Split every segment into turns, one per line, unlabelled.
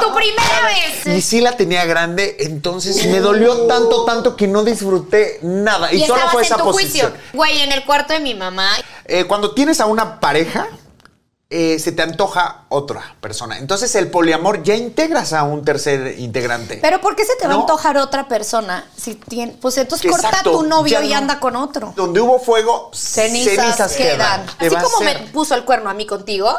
tu primera vez.
Y sí la tenía grande, entonces me
Oh.
dolió tanto, tanto que no disfruté nada. Y, solo
estabas
fue
en
esa
tu
posición.
juicio. Güey, en el cuarto de mi mamá.
Eh, cuando tienes a una pareja, eh, se te antoja otra persona. Entonces el poliamor ya integras a un tercer integrante.
Pero ¿por qué se te va
No.
a antojar otra persona? Si tiene, pues entonces corta
Exacto,
a tu novio
ya
y
no.
anda con otro.
Donde hubo fuego, cenizas,
Cenizas, quedan.
Te
Así
va a
como me
hacer.
puso el cuerno a mí contigo,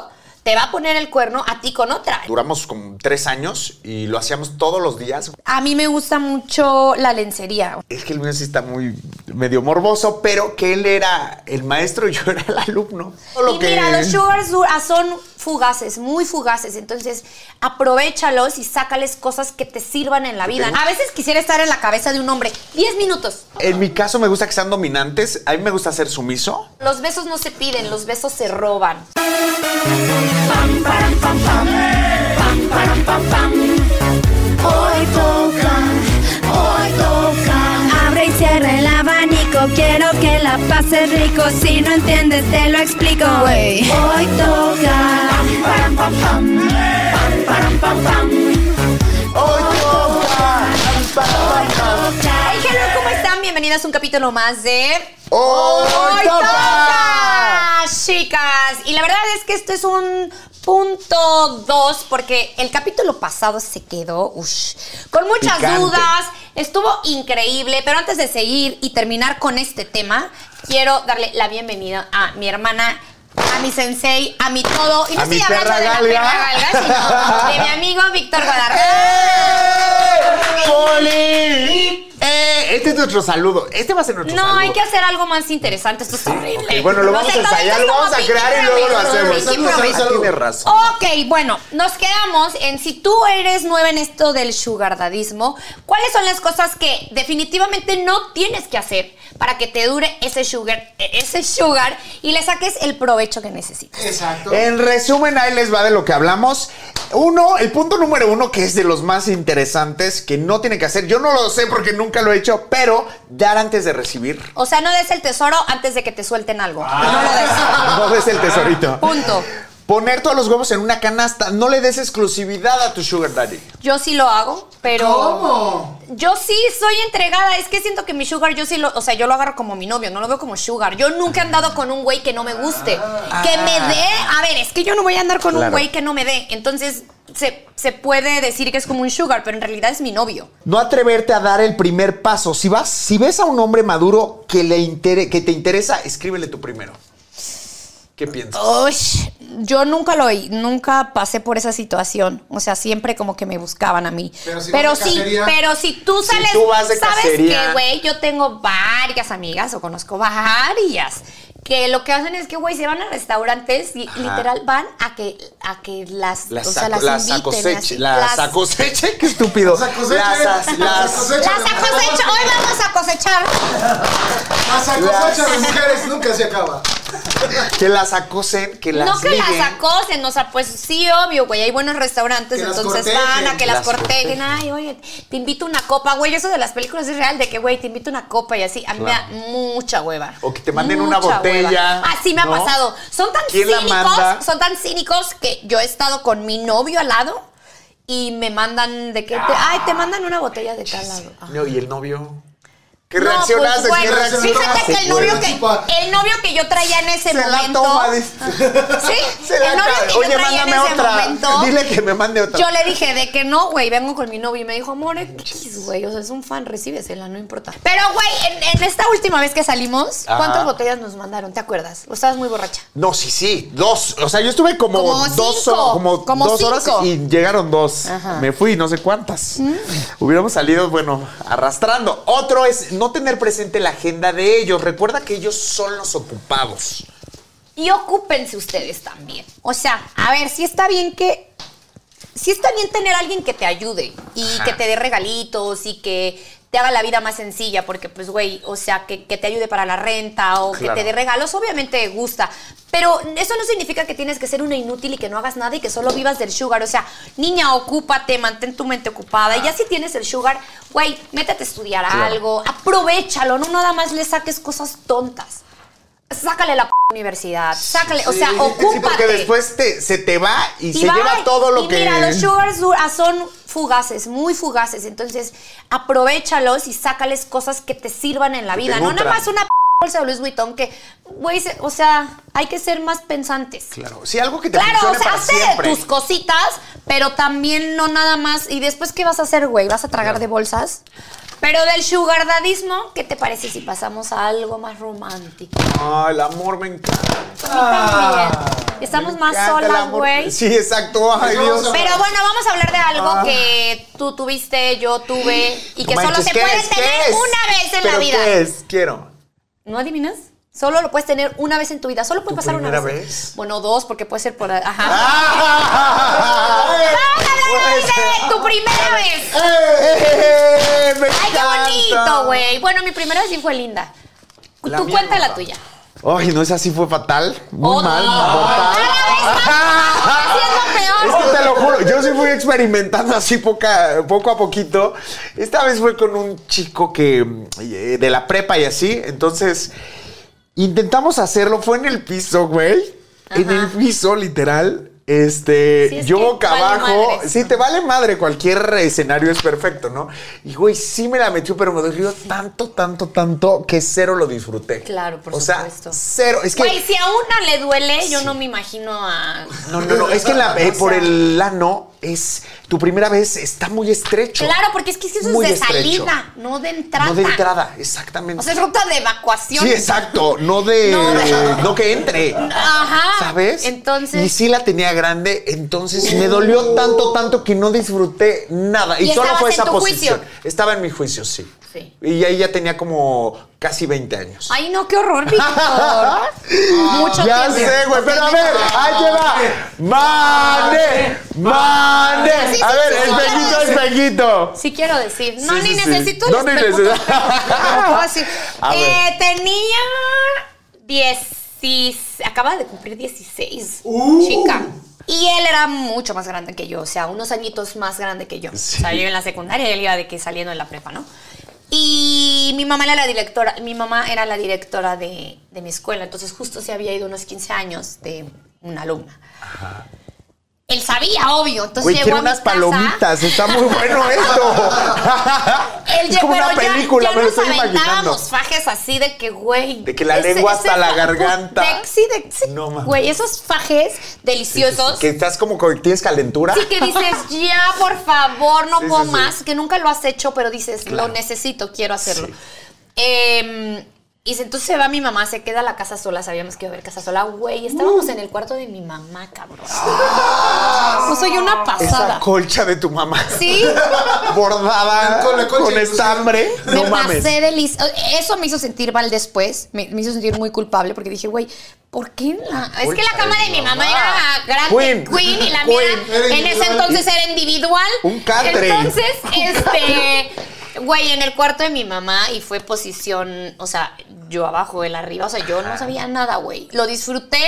te va a poner el cuerno a ti con otra.
Duramos como tres años y lo hacíamos todos los días.
A mí me gusta mucho la lencería.
Es que el mío sí está muy medio morboso, pero que él era el maestro y yo era el alumno. Lo
y
que-
mira, los sugars dura- son fugaces, muy fugaces. Entonces, aprovechalos y sácales cosas que te sirvan en la vida. A veces quisiera estar en la cabeza de un hombre 10 minutos.
En mi caso me gusta que sean dominantes, a mí me gusta ser sumiso.
Los besos no se piden, los besos se roban.
Hoy toca, hoy toca. Abre y cierra el abanico, quiero que la pases rico. Si no entiendes, te lo explico. Hoy toca.
Hey, hello, ¿cómo están? Bienvenidas a un capítulo más de...
¡Hoy toca!
Ah, Chicas, y la verdad es que esto es un punto dos, porque el capítulo pasado se quedó ush, con muchas
Picante.
dudas, estuvo increíble, pero antes de seguir y terminar con este tema, quiero darle la bienvenida a mi hermana. A mi sensei, a mi todo. Y no
A
estoy
mi
hablando
perra
de la
Galia.
perra Galga, sino de mi amigo Víctor Guadarrama.
¡Eh! ¡Poli! ¡Eh! Este es nuestro saludo. Este va a ser nuestro
No,
saludo.
hay que hacer algo más interesante. Esto es horrible.
Ok, bueno, lo
No
vamos
sé,
a
todo
ensayar,
esto
lo
es
vamos a
como
crear y
Pinky
luego lo
Promise,
hacemos.
Pinky
Saludos,
Promise.
saludos. Tienes razón.
Ok, bueno, nos quedamos en si tú eres nueva en esto del sugardadismo, ¿cuáles son las cosas que definitivamente no tienes que hacer para que te dure ese sugar, e, ese sugar y le saques el provecho que necesitas?
En resumen, ahí les va de lo que hablamos. Uno, el punto número uno, que es de los más interesantes, que no tiene que hacer. Yo no lo sé porque nunca lo he hecho, pero dar antes de recibir.
O sea, no des el tesoro antes de que te suelten algo. No lo des.
Ah. No ves el tesorito.
Ah. Punto.
Poner todos los huevos en una canasta. No le des exclusividad a tu sugar daddy.
Yo sí lo hago, pero. Yo sí soy entregada. Es que siento que mi sugar, yo sí lo. O sea, yo lo agarro como mi novio, no lo veo como sugar. Yo nunca he andado con un güey que no me guste. Que me dé. A ver, es que yo no voy a andar con un
Claro.
güey que no me dé. Entonces. Se, se puede decir que es como un sugar, pero en realidad es mi novio.
No atreverte a dar el primer paso. Si vas, si ves a un hombre maduro que le intere- que te interesa, escríbele tú primero. ¿Qué piensas?
Ush, yo nunca lo nunca pasé por esa situación. O sea, siempre como que me buscaban a mí. Pero, sí, pero si tú sales,
tú vas de
sabes
cacería.
que, güey, yo tengo varias amigas o conozco varias que lo que hacen es que, güey, se van a restaurantes y literal van a que a que las,
La
o sea, las
saco- la
inviten,
sacoseche-
así,
la
las-
sacoseche, qué estúpido.
La sacoseche,
Las-
la
las-
sacoseche.
las a cosechar. Hoy vamos a cosechar.
Las sacosecha de mujeres nunca se acaba.
que las acosen, que las
no que
liguen.
las acosen, o sea, pues sí, obvio, güey, hay buenos restaurantes,
Que las
entonces
cortejen,
van a que las,
las
cortejen. Ay, oye, te invito una copa, güey, eso de las películas es real, de que, güey, te invito una copa y así, a mí me da mucha hueva.
O que te manden una
Mucha
botella,
hueva. Ah, sí me ha
¿no?
pasado. Son tan
¿Quién la manda?
cínicos, son tan cínicos que yo he estado con mi novio al lado y me mandan de que, te- ay, te mandan una botella de tal lado. Ah.
No, y el novio. ¿Qué
No,
reaccionaste?
pues,
¿Qué
bueno,
reaccionaste? Ah,
Fíjate que el
güey?
novio que,
Chupa.
el novio que yo traía en ese
Se la
momento.
toma, dice.
Sí,
Se la
el novio
acaba.
que yo
Oye,
traía en
mándame
ese
otra.
momento.
Dile que me mande otra.
Yo le dije de que no, güey, vengo con mi novio. Y me dijo, amor, X, güey, o sea, es un fan, recíbesela, no importa. Pero, güey, en, en esta última vez que salimos,
Ajá.
¿cuántas botellas nos mandaron? ¿Te acuerdas? O estabas muy borracha.
No, sí, sí, dos. O sea, yo estuve como,
Como
dos,
cinco,
ho- como
como
dos horas
cinco.
y llegaron dos.
Ajá. Mm.
Me fui, no sé cuántas. Hubiéramos salido, bueno, arrastrando. Otro es no tener presente la agenda de ellos. Recuerda que ellos son los ocupados.
y ocúpense ustedes también. O sea, a ver, si está bien que sí está bien tener a alguien que te ayude y que te dé regalitos y que te haga la vida más sencilla, porque pues, güey, o sea, que, que te ayude para la renta o
Claro.
que te dé regalos, obviamente gusta. Pero eso no significa que tienes que ser una inútil y que no hagas nada y que solo vivas del sugar. O sea, niña, ocúpate, mantén tu mente ocupada. Y ya si tienes el sugar, güey, métete a estudiar algo, aprovechalo, no nada más le saques cosas tontas. Sácale la p universidad, sácale, o sea,
Sí,
ocúpate.
Sí, porque después te- se te va y,
Y
se
bye.
lleva todo lo
Y
que.
Mira, los sugars du- ah, son fugaces, muy fugaces. Entonces, aprovechalos y sácales cosas que te sirvan en la vida. No nada
nutran.
más una p- bolsa de Luis Vuitton que, güey, se- o sea, hay que ser más pensantes.
Claro, sí, algo que te
Claro,
funcione
o sea,
para
hace
siempre.
tus cositas, pero también no nada más. ¿Y después qué vas a hacer, güey? ¿Vas a tragar de bolsas? Pero del sugardadismo, ¿qué te parece si pasamos a algo más romántico?
Ay, Ah, el amor me encanta.
También. Estamos
Ah. Me
más
encanta el
solas,
amor.
güey.
Sí, exacto. Ay, Dios.
Pero bueno, vamos a hablar de algo que tú tuviste, yo tuve y que
No
solo
Ah. manches,
se
¿qué
puede
es? ¿Qué
tener
es?
una vez en la
¿Pero
vida.
¿Qué es? Quiero.
¿No adivinas? Solo lo puedes tener una vez en tu vida. Solo puede
¿Tu
pasar una
primera
vez.
vez?
Bueno, dos, porque puede ser por. Ajá.
¡Ah!
Vamos a hablar hoy
Pues,
de tu primera vez.
¡Eh! ¡Me
Ay,
encanta!
qué bonito, güey. Bueno, mi primera vez sí fue linda.
La
Tú
mía
cuenta
no.
la tuya.
Ay, no es así, fue fatal. Muy
Oh,
mal,
no.
fatal.
Cada vez más, así es lo peor.
Es que te lo juro, yo sí fui experimentando así poca, poco a poquito. Esta vez fue con un chico que eh, de la prepa y así, entonces intentamos hacerlo, fue en el piso, güey. En el piso, literal. Este,
Sí, es
yo
que
boca
vale
abajo.
madre.
Sí, te vale madre, cualquier escenario es perfecto, ¿no? Y güey, sí me la metió, pero me dolió tanto, tanto, tanto que cero lo disfruté.
Claro, por
o
supuesto.
sea, cero. Es que.
Güey, si a una le duele, yo no me imagino a.
No, no, no. Es que la- eh, por el ano es. Tu primera vez está muy estrecho.
Claro, porque es que eso
Muy
es de
estrecho.
salida, no de entrada.
No de entrada, exactamente.
O sea, es ruta de evacuación.
sí, exacto. No de.
No
No,
de-
que entre.
Ajá.
¿Sabes?
Entonces-
Y sí la tenía grande, entonces me dolió tanto, tanto que no disfruté nada. Y,
¿Y
solo
estabas
fue
en
esa
tu
posición.
juicio?
Estaba en mi juicio, sí.
Sí.
Y ahí ya tenía como casi 20 años.
Ay, no, qué horror, Víctor. Mucho
ya
tiempo.
sé, güey, pero a ver, ahí te va. Mande, mande.
Sí, sí,
A ver,
sí,
espejito,
sí.
espejito.
Sí quiero decir. No,
Sí,
ni
sí, sí.
necesito
No,
el
ni
espejo.
necesito.
No puedo decir.
A ver.
Eh, tenía 16. Acaba de cumplir 16.
Uh.
Chica. Y él era mucho más grande que yo, o sea, unos añitos más grande que yo. O sea, yo iba en la secundaria y él iba de que saliendo de la prepa, ¿no? Y mi mamá era la directora, mi mamá era la directora de, de mi escuela, entonces justo se había ido unos 15 años de una alumna. Él sabía, obvio, entonces
Güey,
llegó
quiero
a mi
unas
casa.
palomitas, está muy bueno esto.
Él
es
ya-
como una
pero ya-
película,
ya
me lo
nos
estoy imaginando.
aventábamos fajes así de que, güey.
De que la lengua hasta la garganta.
pues, Sí, de, sí,
No mames.
Güey, esos fajes deliciosos.
Que estás como que tienes calentura.
Sí, que dices, ya, por favor, no
Sí,
puedo
sí, sí.
más. Que nunca lo has hecho, pero dices,
Claro.
lo necesito, quiero hacerlo.
Sí.
Eh, y se- entonces se va mi mamá, se queda la casa sola. Sabíamos que iba a haber casa sola, güey. Estábamos en el cuarto de mi mamá, cabrón. No soy una
Ah. Esa
pasada.
colcha de tu mamá.
Sí.
Bordada
Con la colcha
con
inclusive.
estambre. No
me
mames.
pasé de lis- eh, Eso me hizo sentir mal después. Me, me hizo sentir muy culpable porque dije, güey, ¿por qué la.? Es que la
Culpa
cama
de
de mi
mamá.
mamá era grande,
Queen.
queen, y la mía
Queen.
Era
en ese
individual.
entonces era individual.
Un catre.
Entonces, este. Güey, en el cuarto de mi mamá y fue posición, o sea, yo abajo, él arriba, o sea, yo no sabía nada, güey. Lo disfruté,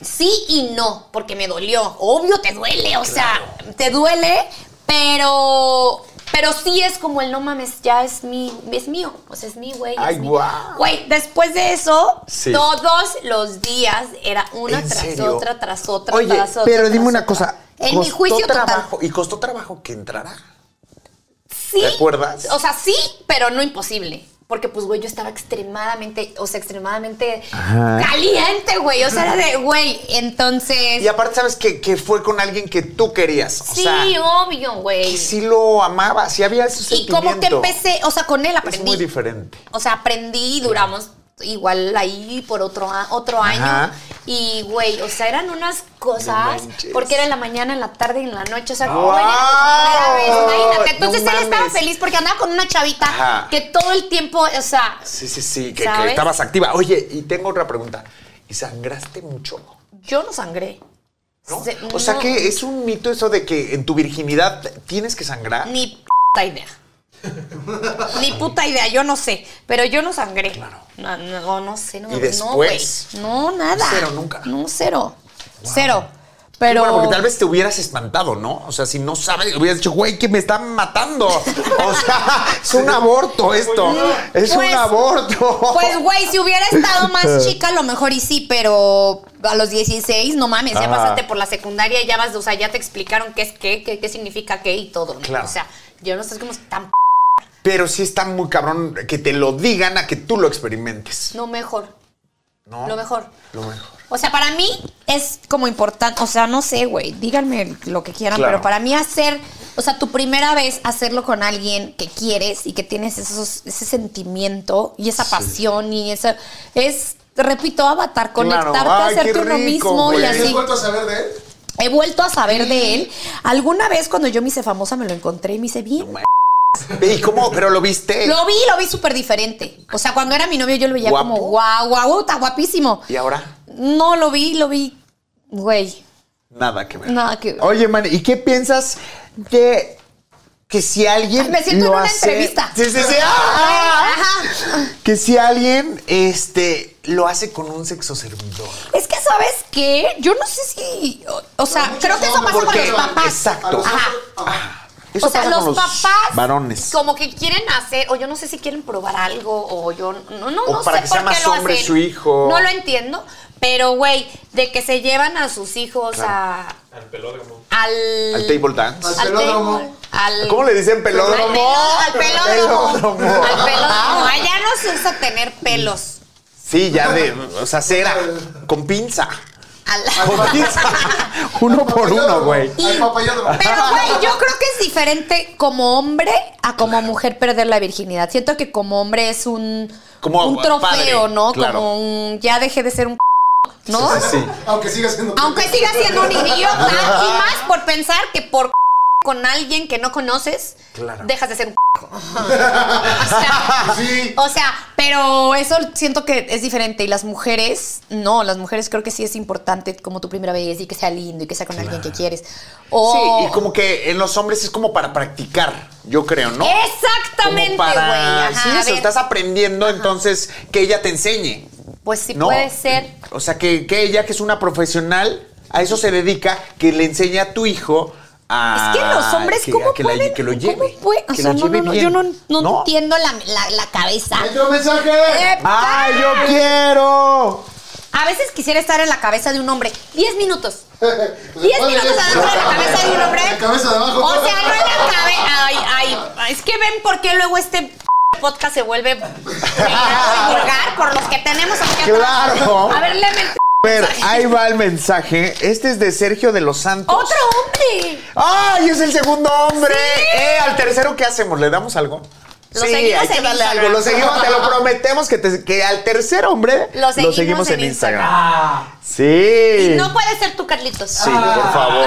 Sí y no, porque me dolió. Obvio te duele, o sea, te duele, pero pero sí es como el no mames, ya es mi es mío, pues es mi güey, es
Ay,
mío".
guau.
Güey, después de eso,
Sí.
todos los días era una
¿En
tras
serio?
otra tras otra
Oye,
tras otra.
pero
tras
dime una
otra.
cosa.
En mi
¿costó
juicio total.
trabajo, ¿Y costó trabajo que entrara?
Sí.
¿Te acuerdas?
O sea, sí, pero no imposible. Porque, pues, güey, yo estaba extremadamente, o sea, extremadamente caliente, güey. O sea, era de, güey, entonces...
Y aparte, ¿sabes que, que fue con alguien que tú querías? O
sí,
sea,
obvio, güey.
que sí lo amabas, sí había ese
Y como que
sentimiento.
empecé, o sea, con él
Es
aprendí.
muy diferente.
O sea, aprendí y duramos igual ahí por otro, a- otro año.
Ajá.
Y, güey, o sea, eran unas cosas.
manches.
porque era en la mañana, en la tarde y en la noche. O sea, como
¡Guau!
era la primera vez, imagínate. Entonces
No
él estaba
mames.
feliz porque andaba con una chavita
Ajá.
que todo el tiempo, o sea,
Sí, sí, sí, que, que
¿Sabes?
estabas activa. Oye, y tengo otra pregunta. y sangraste mucho.
Yo no sangré.
¿no?
Se-
o sea
no,
que es un mito eso de que en tu virginidad tienes que sangrar.
Ni puta idea. Ni puta idea, yo no sé. Pero yo no sangré. No, no, no sé. No,
Y
no,
después.
güey. No, nada.
Cero, nunca.
No, cero. Cero. Pero.
Bueno, porque tal vez te hubieras espantado, ¿no? O sea, si no sabes, hubieras dicho, güey, que me están matando. O sea, es un aborto esto. Es
Pues-
un aborto.
Pues, güey, si hubiera estado más chica, a lo mejor y sí, pero a los 16, no mames, ya
Ajá.
pasaste por la secundaria, ya vas, o sea, ya te explicaron qué es qué, qué, qué significa qué y todo. ¿no?
Claro.
O sea, yo no sé cómo es tan p-
Pero sí está muy cabrón que te lo digan a que tú lo experimentes.
no mejor.
¿no?
Lo mejor.
Lo mejor.
O sea, para mí es como importante, o sea, no sé, güey, díganme lo que quieran,
Claro.
pero para mí hacer, o sea, tu primera vez hacerlo con alguien que quieres y que tienes esos, ese sentimiento y esa pasión y eso, es, repito, avatar, conectarte,
Ay, qué
hacerte uno
rico,
mismo y
güey.
Oye, ¿has
así.
vuelto a saber de él?
He vuelto a saber de él. Alguna vez cuando yo me hice famosa me lo encontré y me hice bien.
¿Y cómo? ¿Pero lo viste?
Lo vi, lo vi súper diferente. O sea, cuando era mi novio yo lo veía
¿Guapo?
como guau, guau, está guapísimo.
¿Y ahora?
No, lo vi, lo vi, güey.
Nada que ver.
Nada que ver.
Oye, man, ¿y qué piensas de que si alguien.
Ah, Me siento en
lo
una
hace-
entrevista.
Sí, sí, sí. ¡Ah! Que si alguien este, lo hace con un sexo servidor.
Es que, ¿sabes qué? Yo no sé si. O, o sea,
muchos
creo que eso
hombres,
pasa con
porque-
los papás.
A
Exacto.
los
Ajá.
otros-
Eso
o sea,
pasa
los,
con los
papás
varones.
como que quieren hacer, o yo no sé si quieren probar algo, o yo no, no,
O
no
para
sé
que
por
sea
qué
más
lo
hombre
hacen.
su hijo.
No lo entiendo, pero güey, de que se llevan a sus hijos a
Al pelódromo.
al
Al table dance.
Al pelódromo.
table, al-
¿Cómo le dicen
Al
pelódromo?
pelo- al pelódromo.
Pelódromo.
Al pelódromo. Allá no se usa tener pelos.
Sí, ya de. O sea, cera. Con pinza.
Al-
Con pinza. Uno por uno,
Papayódromo.
güey.
Al papayódromo.
Pero, güey, yo creo que es diferente como hombre a como mujer perder la virginidad. Siento que como hombre es un,
Como
un trofeo,
padre,
¿no?
claro.
Como un. Ya dejé de ser un. ¿No?
Sí.
Aunque siga siendo.
Aunque siga siendo un idiota. Y más por pensar que por. Con alguien que no conoces,
Claro.
dejas de ser un. O sea,
Sí.
o sea, pero eso siento que es diferente. Y las mujeres, no, las mujeres creo que sí es importante como tu primera vez y que sea lindo y que sea con alguien que quieres. O,
Sí,
Oh.
y como que en los hombres es como para practicar, yo creo, ¿no?
Exactamente,
Como
güey.
para.
Ajá,
sí,
a
eso,
ver,
estás aprendiendo, entonces que ella te enseñe.
Pues sí
¿no?
puede ser.
O sea, que, que ella, que es una profesional, a eso se dedica, que le enseñe a tu hijo a.
Es que los hombres,
ah, que-
¿cómo
a que la-
pueden?
que lo
¿cómo
lleve.
puede- O
que
sea,
lo
no,
lleve
no, no,
bien,
yo no, no entiendo la, la- la cabeza.
¡Entró un mensaje!
Eh,
¡Ah, yo quiero!
A veces quisiera estar en la cabeza de un hombre. Diez minutos. Diez
Pues
Diez
minutos adentro de la cabeza de un hombre.
La cabeza de abajo.
O sea, no en la cabeza. Ay, ay. Es que ven por qué luego este podcast se vuelve vulgar por los que tenemos aquí atrás.
Claro.
A ver, léeme el
A ver, ahí va el mensaje. Este es de Sergio de los Santos.
¡Otro hombre!
¡Ay, es el segundo hombre! Eh, al tercero, ¿qué hacemos? ¿Le damos algo?
Lo seguimos
hay que
en
darle
Instagram.
algo. Lo seguimos, te lo prometemos que, te- que al tercer hombre
Lo seguimos en
Sí.
No puede ser tú, Carlitos. Ah.
Sí, por favor.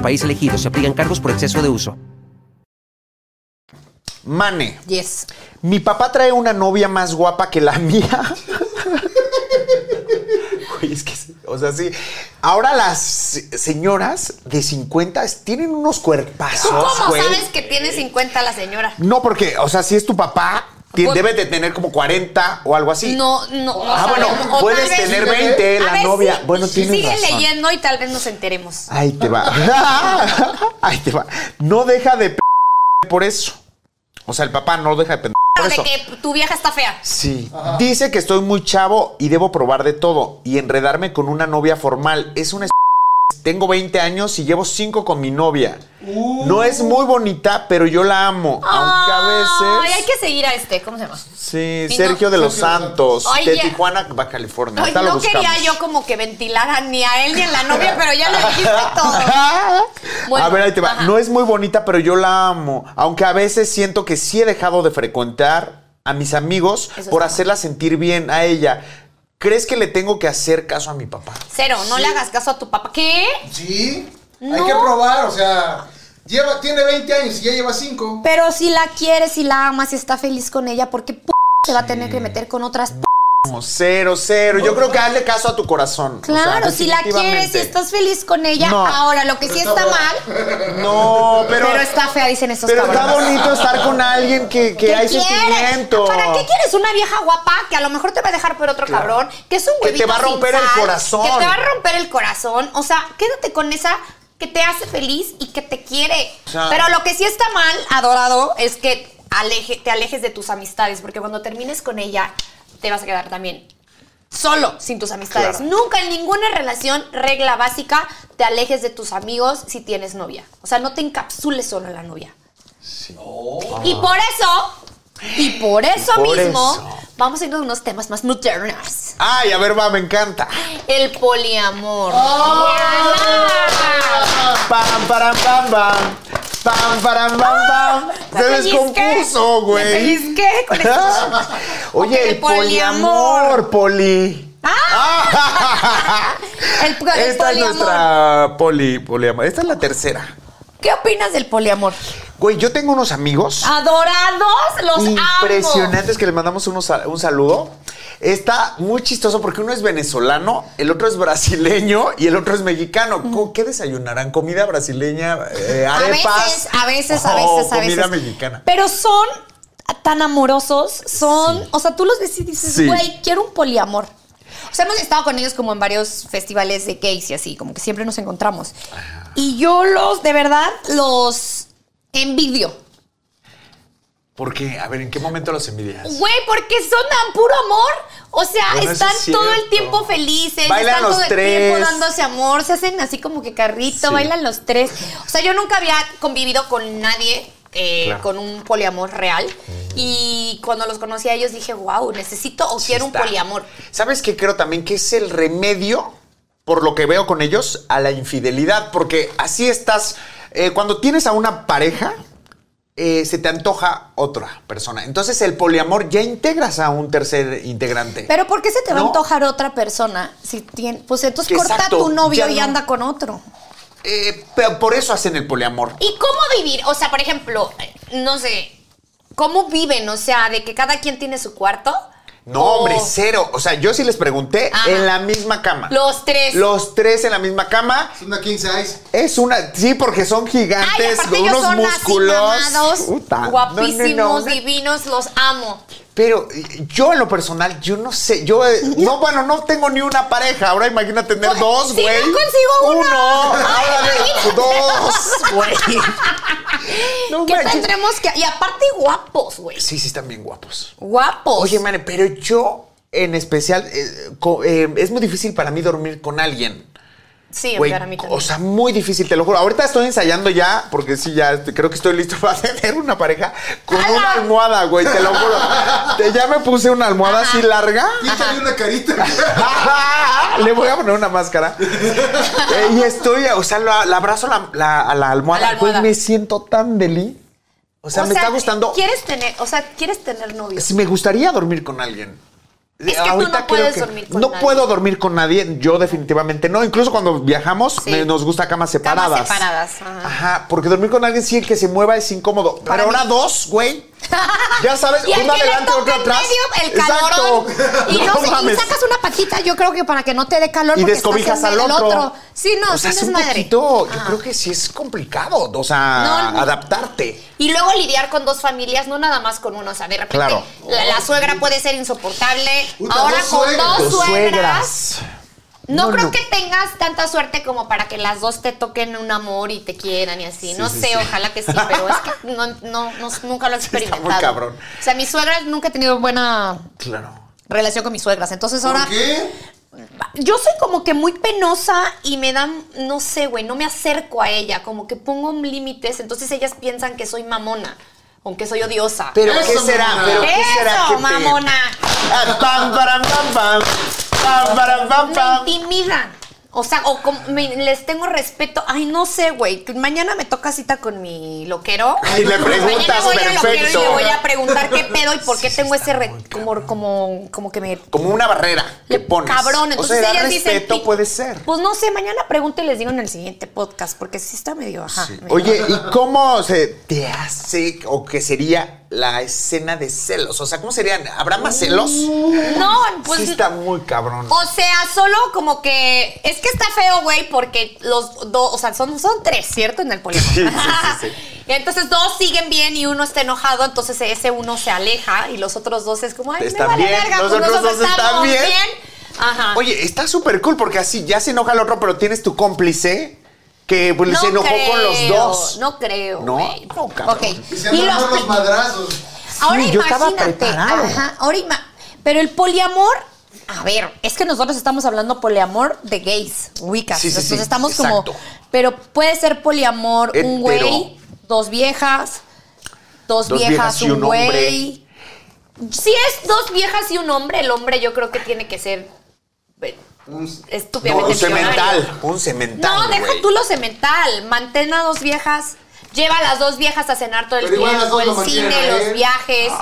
país elegido. Se aplican cargos por exceso de uso.
Mane,
Yes.
mi papá trae una novia más guapa que la mía. Güey, es que, sí, o sea, sí. Ahora las señoras de 50 tienen unos cuerpazos.
¿Cómo
Ah, güey.
sabes que tiene 50 la señora?
No, porque, o sea, si es tu papá, ti-
Pues-
debe de tener como 40 o algo así.
No, no, no.
Ah, bueno,
sabemos. O
puedes
tal vez-
tener 20,
A
la
ver,
novia.
sí,
bueno, tienes
Sigue
razón.
leyendo y tal vez nos enteremos.
Ahí te va. Ahí te va. No deja de p por eso. O sea, el papá no deja de p por
de
eso.
que tu vieja está fea.
Sí. Dice que estoy muy chavo y debo probar de todo y enredarme con una novia formal. Es una Tengo 20 años y llevo 5 con mi novia.
Uh.
No es muy bonita, pero yo la amo. aunque a
Ay,
veces.
hay que seguir a este, ¿cómo se llama?
Sí,
Mi
Sergio de los
Sergio de los
Santos,
Santos.
de
Oye.
Tijuana, Baja California.
Ay,
Ahorita lo
no
buscamos.
quería yo como que ventilara ni a él ni a la novia, pero ya lo dijiste todo. Bueno,
a ver, ahí te va.
ajá.
No es muy bonita, pero yo la amo. Aunque a veces siento que sí he dejado de frecuentar a mis amigos
Eso
por
está mal.
hacerla sentir bien a ella. ¿Crees que le tengo que hacer caso a mi papá?
Cero, no le hagas caso a tu papá. ¿Qué?
Sí. Hay
No.
que probar, o sea. Lleva, tiene 20 años y ya lleva 5.
Pero si la quieres, si la amas, si está feliz con ella, porque p se va a tener que meter con otras p.
No, cero, cero. Yo creo que hazle caso a tu corazón. O sea, pues
Claro, si la quieres, si
definitivamente.
estás feliz con ella,
No.
ahora lo que sí está mal,
No, pero.
pero, está fea, dicen esos
pero está
cabrones.
bonito estar con alguien que, que
¿Qué
hay
quieres?
sentimiento.
¿Para qué quieres una vieja guapa que a lo mejor te va a dejar por otro cabrón? Que es un
Que te
huevito
va a
sin
romper el
sal,
corazón.
Que te va a romper el corazón. O sea, quédate con esa que te hace feliz y que te quiere.
O sea-
Pero lo que sí está mal, adorado, es que aleje- te alejes de tus amistades, porque cuando termines con ella, te vas a quedar también solo sin tus amistades.
Claro.
Nunca en ninguna relación, regla básica, te alejes de tus amigos si tienes novia. O sea, no te encapsules solo en la novia. Y por eso, y por eso
Ah. por
mismo,
eso.
vamos a ir a unos temas más modernos.
Ay, a ver, va, me encanta.
El poliamor. Oh.
Pam, param, pam, pam. Pam, param, pam,
Ah,
pam. Se descompuso, güey.
¿Qué? Con esto.
Oye,
Ok,
el poliamor, poli.
Ah,
El,
pues,
po- el
Esta es
poliamor.
nuestra poli, poliamor. Esta es la tercera.
¿Qué opinas del poliamor?
Güey, yo tengo unos amigos.
Ah,
Adorados, los amo.
Impresionantes que les mandamos unos sal- un saludo. Está muy chistoso porque uno es venezolano, el otro es brasileño y el otro es mexicano. ¿Con ¿Qué desayunarán? ¿Comida brasileña? Eh,
A veces,
arepas,
a veces,
o
a veces, a veces.
Comida mexicana.
Pero son tan amorosos, son, o sea, tú los ves y
Sí.
dices, güey, quiero un poliamor. O sea, hemos estado con ellos como en varios festivales de gays y así, como que siempre nos encontramos. Y yo los, de verdad, los envidio.
¿Por qué? A ver, ¿en qué momento los envidias?
Güey, porque son tan puro amor. O sea,
Bueno, eso
están
es
todo el
cierto.
tiempo felices,
Bailan
están
los
todo el
tres.
tiempo dándose amor, se hacen así como que carrito,
Sí.
bailan los tres. O sea, yo nunca había convivido con nadie eh,
Claro. Mm.
con un poliamor real. Y cuando los conocí a ellos dije, wow, necesito o quiero un
Está.
poliamor.
¿Sabes qué creo también que es el remedio, por lo que veo con ellos, a la infidelidad? Porque así estás. eh, cuando tienes a una pareja, eh, se te antoja otra persona. Entonces el poliamor ya integras a un tercer integrante.
Pero ¿por qué se te va
No.
a antojar otra persona? Si tiene, pues entonces corta a
Exacto,
tu novio
ya
y
no.
anda con otro.
Eh, pero por eso hacen el poliamor.
¿Y cómo vivir? O sea, por ejemplo, eh, no sé, ¿cómo viven? O sea, de que cada quien tiene su cuarto.
No,
O
hombre, cero. O sea, yo sí les pregunté
Oh. Ajá.
en la misma cama.
Los tres.
Los tres en la misma cama.
Es una king size.
Es una, sí, porque son
Ay,
gigantes,
aparte
con
ellos
unos
son
músculos.
así mamados,
Puta, no, no, no,
guapísimos,
una-
divinos, los amo.
Pero eh, yo en lo personal, yo no sé, yo eh, no, bueno, no tengo ni una pareja. Ahora imagina tener
Pues,
dos,
si
güey.
no consigo
uno.
uno.
Ahora de- dos, güey. No
¿Qué
manches.
tendremos que...? Y aparte guapos, güey.
Sí, sí, están bien guapos.
Guapos.
Oye, mane, pero yo en especial, eh, co- eh, es muy difícil para mí dormir con alguien.
sí,
Güey,
para mí también.
o sea, muy difícil, te lo juro. Ahorita estoy ensayando ya, porque sí, ya este, creo que estoy listo para tener una pareja con una almohada, güey, te lo juro. Te- ya me puse una almohada así larga.
Píntale una carita.
Le voy a poner una máscara. Eh, y estoy, o sea, la, la abrazo la- la- a la almohada.
A la
Güey,
almohada.
me siento tan deli. O sea,
O
me
sea,
está gustando.
¿Quieres tener, o sea, quieres tener novio?
Si me gustaría dormir con alguien.
Es que tú no
creo
puedes dormir con
No
nadie.
puedo dormir con nadie, yo definitivamente no. Incluso cuando viajamos,
Sí.
me- nos gusta camas separadas.
separadas, ajá.
porque dormir con alguien sí, el que se mueva es incómodo. Pero ahora dos, güey. Ya sabes,
Y al
uno
que le
adelante,
toca
otro
en
atrás.
medio, el
Exacto.
Y, no, sé, y
mames.
sacas una patita, yo creo que para que no te dé calor.
Y
porque
descobijas
estás en
al
medio del
otro.
Sí, no,
o sea,
sí
es un
desmadre.
poquito, yo creo que sí es complicado, o sea,
Ah. No, no.
adaptarte.
Y luego lidiar con dos familias, no nada más con uno. O sea, de repente
Claro.
la, la suegra puede ser insoportable.
Puta,
Ahora
dos
con dos
suegras.
Dos
suegras.
suegras.
No,
No,
creo
no.
que tengas tanta suerte como para que las dos te toquen un amor y te quieran y así. no
sí,
sé,
sí.
ojalá que sí, pero es que no, no- no- nunca lo he
muy
experimentado.
cabrón.
O sea, mis suegras nunca he tenido buena
Claro.
Relación con mis suegras. Entonces
¿Por
ahora
qué?
Yo soy como que muy penosa y me dan, no sé, güey, no me acerco a ella, como que pongo límites, entonces ellas piensan que soy mamona, aunque soy odiosa.
Pero
Eso,
¿qué será?
mamona.
¿Pero qué será? ¿Qué
Eso,
te-
mamona.
Ah, pam, param, pam, pam. Pam, param, pam,
Me
pam.
intimidan. O sea, o como- me- les tengo respeto. Ay, no sé, güey. que Mañana me toca cita con mi loquero.
Y le
Mañana
preguntas,
voy al loquero y
perfecto.
le voy a preguntar qué pedo y por qué tengo ese re- como, como, como que me
Como una barrera que pones.
Cabrón,
O
entonces
sea, dar
ellas dicen.
respeto
"Ti-
puede ser.
Pues no sé, mañana pregunto y les digo en el siguiente podcast, porque sí está medio ajá. medio-
Oye, ¿y cómo se te hace o qué sería la escena de celos? O sea, ¿cómo serían? ¿Habrá más celos?
No, pues.
sí está muy cabrón.
O sea, solo como que. Es que está feo, güey, porque los dos. O sea, son, son tres, ¿cierto? En el poliamor.
Sí, sí, sí,
Entonces dos siguen bien y uno está enojado, entonces ese uno se aleja y los otros dos es como, ay,
Están
me vale
bien,
verga,
los
pues
otros
nosotros
dos están
estamos
bien.
Ajá.
Oye, está súper cool porque así ya se enoja el otro, pero tienes tu cómplice que pues, se enojó con los
creo,
dos.
No creo.
No,
güey.
no, cabrón.
Ok.
Y se andan
los
dando los madrazos.
Ahora
yo estaba
imagínate.
preparado.
Ajá, ahora ima- Pero el poliamor. A ver, es que nosotros estamos hablando poliamor de gays, wicas.
Sí, sí,
Entonces
sí,
estamos
exacto. Eh,
como. Pero puede ser poliamor
Hetero.
un güey, dos viejas, dos,
Dos
viejas,
viejas y
un
un hombre.
güey. Si es dos viejas y un hombre, el hombre yo creo que tiene que ser eh, estúpidamente
un
millonario.
cemental. Un cemental.
No, deja
güey.
tú lo cemental. Mantén a dos viejas. Lleva a las dos viejas a cenar todo el
Pero igual las
tiempo,
dos
el
lo ¿eh?
cine,
mantienen a él.
los viajes.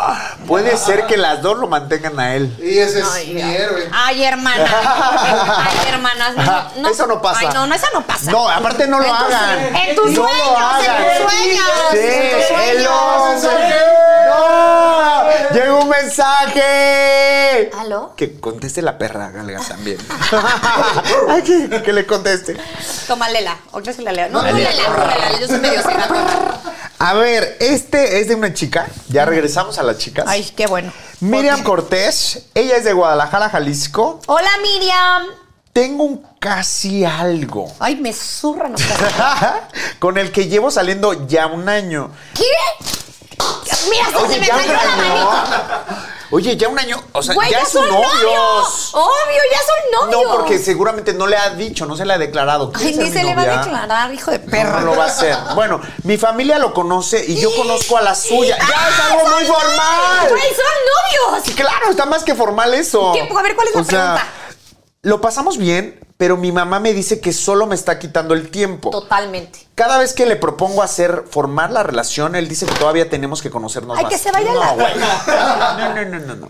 Puede ser que las dos lo mantengan a él.
Y ese es
Ay,
mi
ay.
héroe.
Ay, hermana. Ay, hermanas.
Ajá,
No, no.
Eso no pasa.
Ay, no, no, eso no pasa.
No, aparte no lo hagan.
En tus
No lo
sueños, en
hagan.
tus sueños.
Sí,
en tus sueños.
el hombre.
¡Mensaje!
¡No! ¡Llega un mensaje!
¿Aló?
Que conteste la perra, Galga, también. Ay, que, que le conteste.
Toma, lela. Ahorita se la leo. No, no,
Vale.
lela, no, lela. Yo soy medio cenato.
A ver, este es de una chica. Ya regresamos a las chicas.
Ay, qué bueno.
Miriam Cortés. Ella es de Guadalajara, Jalisco.
Hola, Miriam.
Tengo un casi algo.
Ay, me zurran.
con el que llevo saliendo ya un año.
¿Qué? Mira, hasta se me
ya
cayó la manita.
Oye, ya un año. O sea,
Güey,
ya,
ya,
es
son
un novio.
novios. Obvio, ya son novios.
No, porque seguramente no le ha dicho, no se le ha declarado.
Ay,
¿Quieres
ni
ser
se
mi
le va a
novia?
declarar, hijo de
No,
perra.
no lo va a hacer. Bueno, mi familia lo conoce y yo conozco a la suya. ¡Ya es
Ah,
algo
son
muy
novios,
formal!
Güey, son
Sí,
novios.
claro, está más que formal eso.
¿Qué? A ver, ¿cuál es la
O sea,
pregunta?
Lo pasamos bien, pero mi mamá me dice que solo me está quitando el tiempo.
Totalmente.
Cada vez que le propongo hacer formar la relación, él dice que todavía tenemos que conocernos
Ay,
más.
que se vaya
no,
la-
güey. No, no, no, no, no.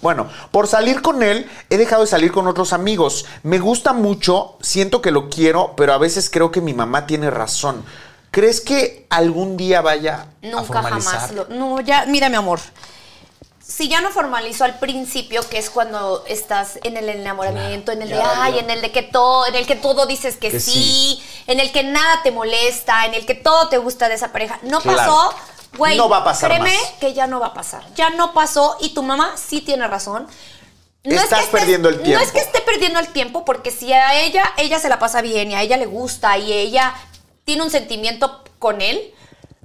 Bueno, por salir con él, he dejado de salir con otros amigos. Me gusta mucho, siento que lo quiero, pero a veces creo que mi mamá tiene razón. ¿Crees que algún día vaya a
Nunca
formalizar?
jamás. lo- no, ya, mira, mi amor. Si ya no formalizó al principio, que es cuando estás en el enamoramiento, en el de ay, en el de que todo, en el que todo dices que,
Que
sí,
sí.
en el que nada te molesta, en el que todo te gusta de esa pareja. No
Claro.
pasó, güey.
No va a pasar
Créeme
más.
que ya no va a pasar. Ya no pasó y tu mamá sí tiene razón.
Estás perdiendo el
No es
tiempo.
que esté perdiendo el tiempo porque si a ella, ella se la pasa bien y a ella le gusta y ella tiene un sentimiento con él,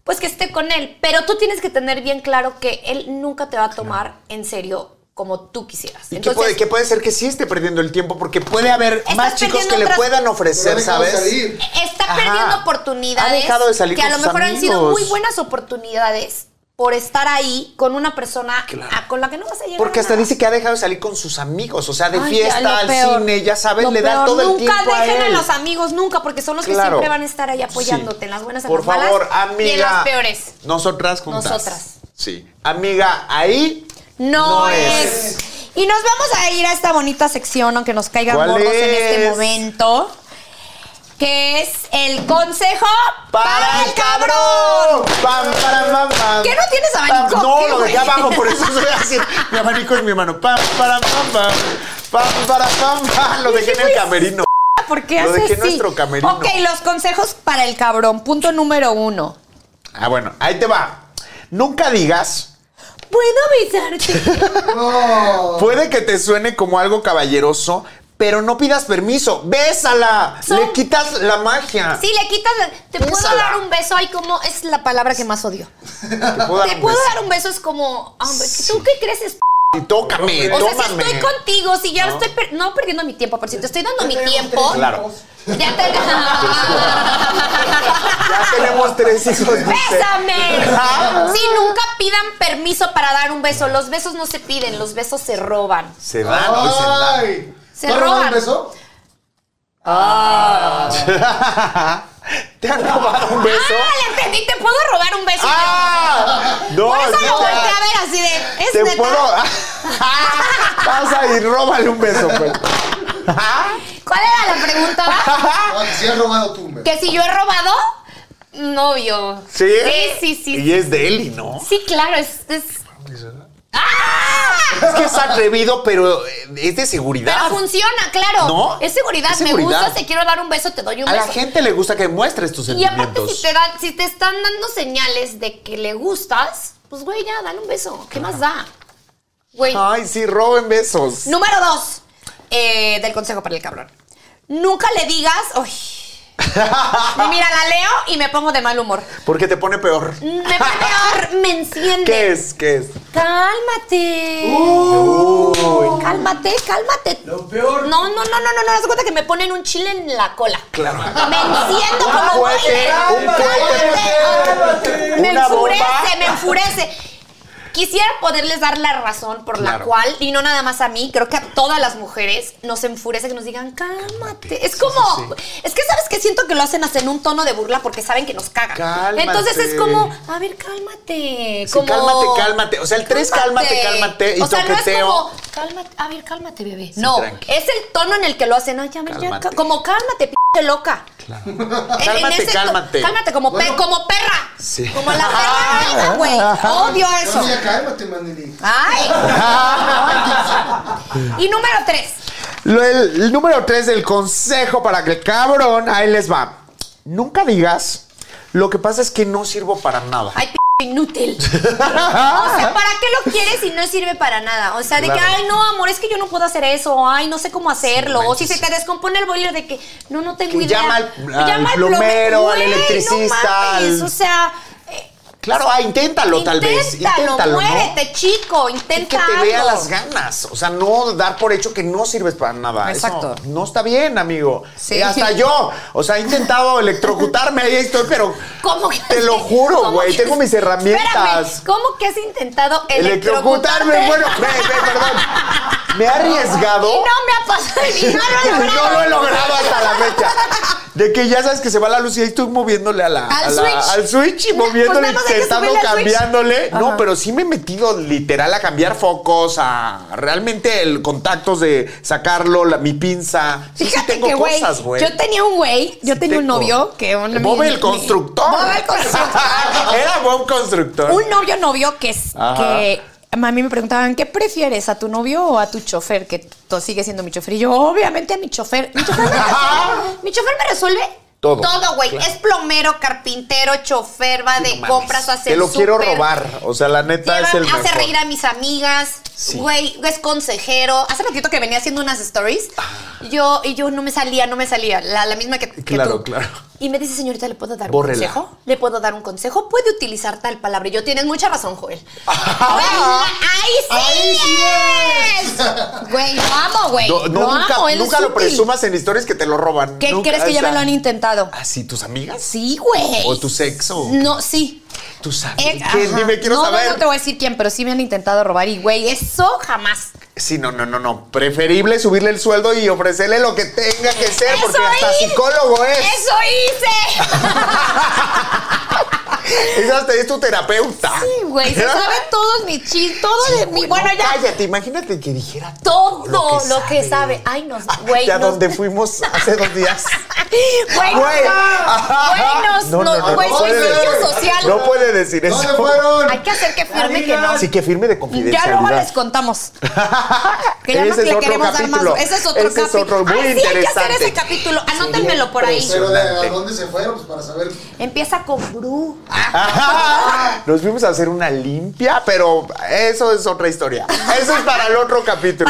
pues que esté con él. Pero tú tienes que tener bien claro que él nunca te va a tomar en serio como tú quisieras.
¿Y qué puede, qué puede ser que sí esté perdiendo el tiempo? Porque puede haber
Estás
más chicos que
perdiendo
le
otras-
puedan
Pero
ofrecer,
ha dejado
¿sabes?
salir.
está
Ajá.
perdiendo
Ha
oportunidades
dejado de salir
que a
con
lo
sus
mejor han sido
amigos.
muy buenas oportunidades por estar ahí con una persona a- con la que no vas a llegar.
Porque
a
hasta
nada.
dice que ha dejado de salir con sus amigos, o sea, de
Ay, ya, lo
fiesta, al
peor.
cine, ya sabes,
Lo
le da
peor.
todo el tiempo
Nunca
a
dejen a,
él.
los amigos, nunca, porque son los que
Claro.
siempre van a estar ahí apoyándote
Sí.
en las buenas, en
Por
las malas
favor,
y
amiga.
en las peores.
Nosotras juntas.
Nosotras.
Sí. Amiga, ahí.
No,
No
es. Y nos vamos a ir a esta bonita sección, aunque nos caigan
¿Cuál
gordos en
es?
este momento, que es el consejo
¡Para, el cabrón! ¡Pam, para, pam, pam!
¿Qué, no tienes abanico?
Pam, No,
¿Qué,
lo dejé
güey?
abajo, por eso soy así. Mi abanico es mi mano. ¡Pam, para, pam, pam! ¡Pam, para, pam, pam! Lo dejé en el camerino.
Ah, ¿Por qué
Lo
haces
dejé
así?
en nuestro camerino.
Ok, los consejos para el cabrón. Punto número uno.
Ah, bueno, ahí te va. Nunca digas
¿Puedo besarte?
Puede que te suene como algo caballeroso, pero no pidas permiso. ¡Bésala!
Son-
Le quitas la magia.
Sí, le quitas. la- ¿Te puedo
Úsala.
dar un beso? Ay, como es la palabra que más odio.
Te puedo dar
Te
un
puedo
beso.
dar un beso, es como. ah, hombre, ¿Tú qué crees? Es p-?
y tócame,
O sea,
tómame.
si estoy contigo, si ya estoy per- no perdiendo mi tiempo, pero si te estoy dando mi tiempo,
Claro.
ya te
Ya tenemos tres hijos. dice.
¡Bésame! Sí, nunca pidan permiso para dar un beso. Los besos no se piden, los besos se roban.
Se dan, hoy se dan.
Ay.
Se
¿Tú has robado
roban.
un beso?
¿Te han robado un beso?
¡Ah, le entendí! ¿Te puedo robar un beso?
¡Ah! No,
Por eso
neta.
lo volteé a ver así de... ¿Es
Te
neta?
puedo. Pasa y róbale un beso, pues.
¿Cuál era la pregunta?
No, que Ah, sí has robado tú un beso.
¿Que si yo he robado? Novio.
¿Sí?
Sí, sí, sí.
Y es de Eli, ¿no?
Sí, claro, es... es... ¡Ah!
Es que es atrevido, pero eh, es de seguridad.
Pero funciona, claro.
¿No?
Es seguridad.
Es
Me
seguridad.
gusta, te quiero dar un beso, te doy un
A
beso.
la gente le gusta que muestres tus
Y aparte, si
sentimientos.
te, dan- si te están dando señales de que le gustas, pues güey, ya, dale un beso. ¿Qué más da? Güey.
Ay, sí, roben besos.
Número dos eh, del consejo para el cabrón. Nunca le digas, uy, mira, la leo y me pongo de mal humor.
Porque te pone peor.
Me pone peor, me enciende.
¿Qué Uh. es? ¿Qué es?
Cálmate. Cálmate, cálmate. Lo peor. No, no, no, no, no, no. Haz de cuenta que me ponen un chile en la cola.
Claro.
Me enciendo
Un
como
cohete,
boiler.
un cohete.
Me
Una bomba.
enfurece, me enfurece. Quisiera poderles dar la razón por la
Claro.
cual, y no nada más a mí, creo que a todas las mujeres nos enfurece que nos digan, cálmate. Es como, es que sabes que siento que lo hacen hasta en un tono de burla porque saben que nos cagan.
Cálmate.
Entonces es como, a ver, cálmate.
Sí,
como,
cálmate, cálmate. O sea, el tres, cálmate, cálmate, y
o sea,
toqueteo.
No es como, cálmate, a ver, cálmate, bebé. no,
tranqui.
es el tono en el que lo hacen. Ay, a ver, ya,
Cálmate.
ca- como cálmate, p loca. En- en
Cálmate,
ese to-
cálmate.
Cálmate, como, pe- como perra.
Sí.
Como la perra galga, güey. Odio eso.
No, ya cálmate, Maneli.
Ay. y número tres.
Lo- el, el número tres del consejo para que el cabrón, ahí les va. Nunca digas, lo que pasa es que no sirvo para nada.
Ay, p inútil. O sea, ¿para qué lo quieres si no sirve para nada? O sea, de
Ah. Claro.
que, ay, no, amor, es que yo no puedo hacer eso. Ay, no sé cómo hacerlo. o si se te descompone el boiler de que, no, no tengo
Que
idea.
llama al- al plomero, al
Güey, no
electricista, al-
mames, O sea... eh,
Claro, ah, inténtalo, tal vez. Inténtalo, ¿no?
muévete, chico,
Y que
intenta
te vea
algo.
las ganas. O sea, no dar por hecho que no sirves para nada. Eso
Exacto.
no está bien, amigo.
Sí.
Eh, hasta yo. O sea, he intentado electrocutarme, ahí estoy, pero.
¿Cómo que-
Te lo juro,
cómo
güey.
que-
Tengo mis herramientas.
Espérame, ¿cómo que has intentado
Electrocutarme,
electrocutarte?
bueno, ve, ve, perdón. Me he arriesgado.
Y no me ha pasado y no lo he logrado.
No lo he logrado hasta la fecha. De que ya sabes que se va la luz y ahí estoy moviéndole a la,
Al
a la-
switch.
al switch y
No,
moviéndole,
pues nada más hay que
intentando
subirle al switch.
cambiándole. No, pero sí me he metido literal a cambiar focos, a realmente el contactos de sacarlo, la- mi pinza. Sí, sí
Fíjate
tengo
que, güey,
cosas, güey.
yo tenía un güey, yo
Sí
tenía un
tengo.
novio que... Un,
Bob
mi-
el
mi-
constructor.
Bob el constructor.
Era Bob constructor.
un novio novio que es
Ajá.
que a mí me preguntaban qué prefieres a tu novio o a tu chofer que to- sigue siendo mi chofer y yo obviamente a mi chofer mi chofer me resuelve, mi chofer me resuelve
Todo.
Todo, güey. Es plomero, carpintero, chofer, va de
Mames,
compras, hace
Te lo
el
quiero
súper.
robar. O sea, la neta
Lleva-
es el
hace
mejor.
reír a mis amigas, güey, es consejero. Hace ratito que venía haciendo unas stories, yo y yo no me salía, no me salía, la, la misma que, que
Ah. Claro,
tú.
claro.
Y me dice, señorita, ¿le puedo dar
Bórrela.
un consejo? ¿Le puedo dar un consejo? Puede utilizar tal palabra. Y yo, tienes mucha razón, Joel. Güey, ¡Ahí sí es! Güey, lo amo, güey.
No, no,
lo
nunca,
amo, él es
nunca lo
útil.
presumas en historias que te lo roban.
qué
Nunca,
crees que ya
o sea,
me lo han intentado
Ah, sí, tus amigas.
sí güey
O tu sexo.
no sí
Tú sabes.
Eh,
¿Quién?
ajá.
Dime, quiero
no, no,
saber.
no te voy a decir quién pero sí me han intentado robar y güey eso jamás
Sí, no, no, no, no. Preferible subirle el sueldo y ofrecerle lo que tenga que ser, porque
Eso
hasta
es.
psicólogo es.
¡Eso hice!
Es hasta es tu terapeuta.
Sí, güey, se sabe todos mis chistes, todo de mi... Bueno,
No,
ya,
Cállate, imagínate que dijera
todo
lo que
lo que
sabe.
sabe. Ay, no, güey.
ya
no.
donde fuimos hace dos días.
Güey, no,
Güey.
Güey, no, no, güey, soy
puede
servicio
decir-
social.
No puede decir eso.
¿Dónde fueron?
Hay que hacer que firme que no.
Así que firme de
ya luego
confidencialidad.
les contamos que ya no
Ese es
le
otro
queremos dar más
capítulo.
ese es otro
Ese es
capítulo
otro muy
Ah,
Ay, sí, hay que hacer
interesante.
ese capítulo anótenmelo por ahí
Pero de a
Impresionante.
dónde se fueron, pues para saber.
Empieza con Bru.
Ah. Nos fuimos a hacer una limpia, pero eso es otra historia. Eso es para el otro capítulo.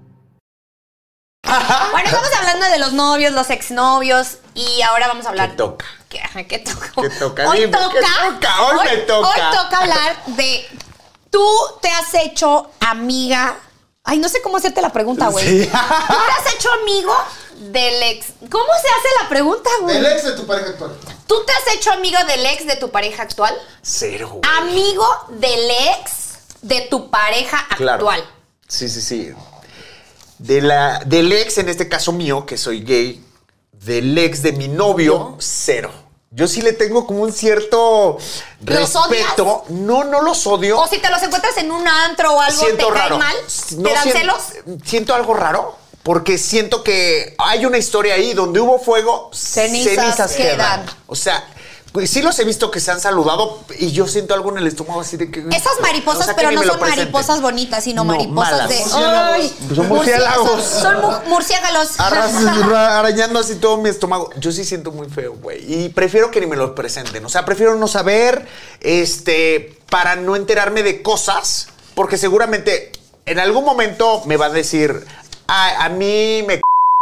Bueno, estamos hablando de los novios, los exnovios y ahora vamos a hablar.
¿Qué toca?
¿Qué, ajá, qué toca?
¿Qué toca?
Hoy
Dime,
toca.
¿qué toca? Hoy me toca.
Hoy toca hablar de. Tú te has hecho amiga. Ay, no sé cómo hacerte la pregunta, güey.
Sí.
¿Tú te has hecho amigo del ex? ¿Cómo se hace la pregunta, güey?
El ex de tu pareja actual.
¿Tú te has hecho amigo del ex de tu pareja actual?
Cero, güey.
Ah,
Amigo del ex de tu pareja
Claro.
actual.
Sí, sí, sí. De la, del ex, en este caso mío, que soy gay, del ex de mi novio, cero. Yo sí le tengo como un cierto
¿Los
respeto. No, no los odio.
O si te los encuentras en un antro o algo,
siento
te caen
raro.
mal,
No
te dan
sien-
celos.
Siento algo raro porque siento que hay una historia ahí donde hubo fuego,
Cenizas
cenizas, quedan.
quedan.
O sea, pues, sí los he visto que se han saludado y yo siento algo en el estómago así de que.
Esas mariposas,
o sea, que
pero
ni
no
me lo
son
presenten.
mariposas bonitas, sino
No,
mariposas
malas.
de.
Murciélagos.
¡Ay!
Pues son murciélagos.
Son, son mu- murciélagos.
Arrasas, ra- arañando así todo mi estómago. Yo sí siento muy feo, güey. Y prefiero que ni me lo presenten. O sea, prefiero no saber, este, para no enterarme de cosas, porque seguramente en algún momento me va a decir, "Ah, a mí me c-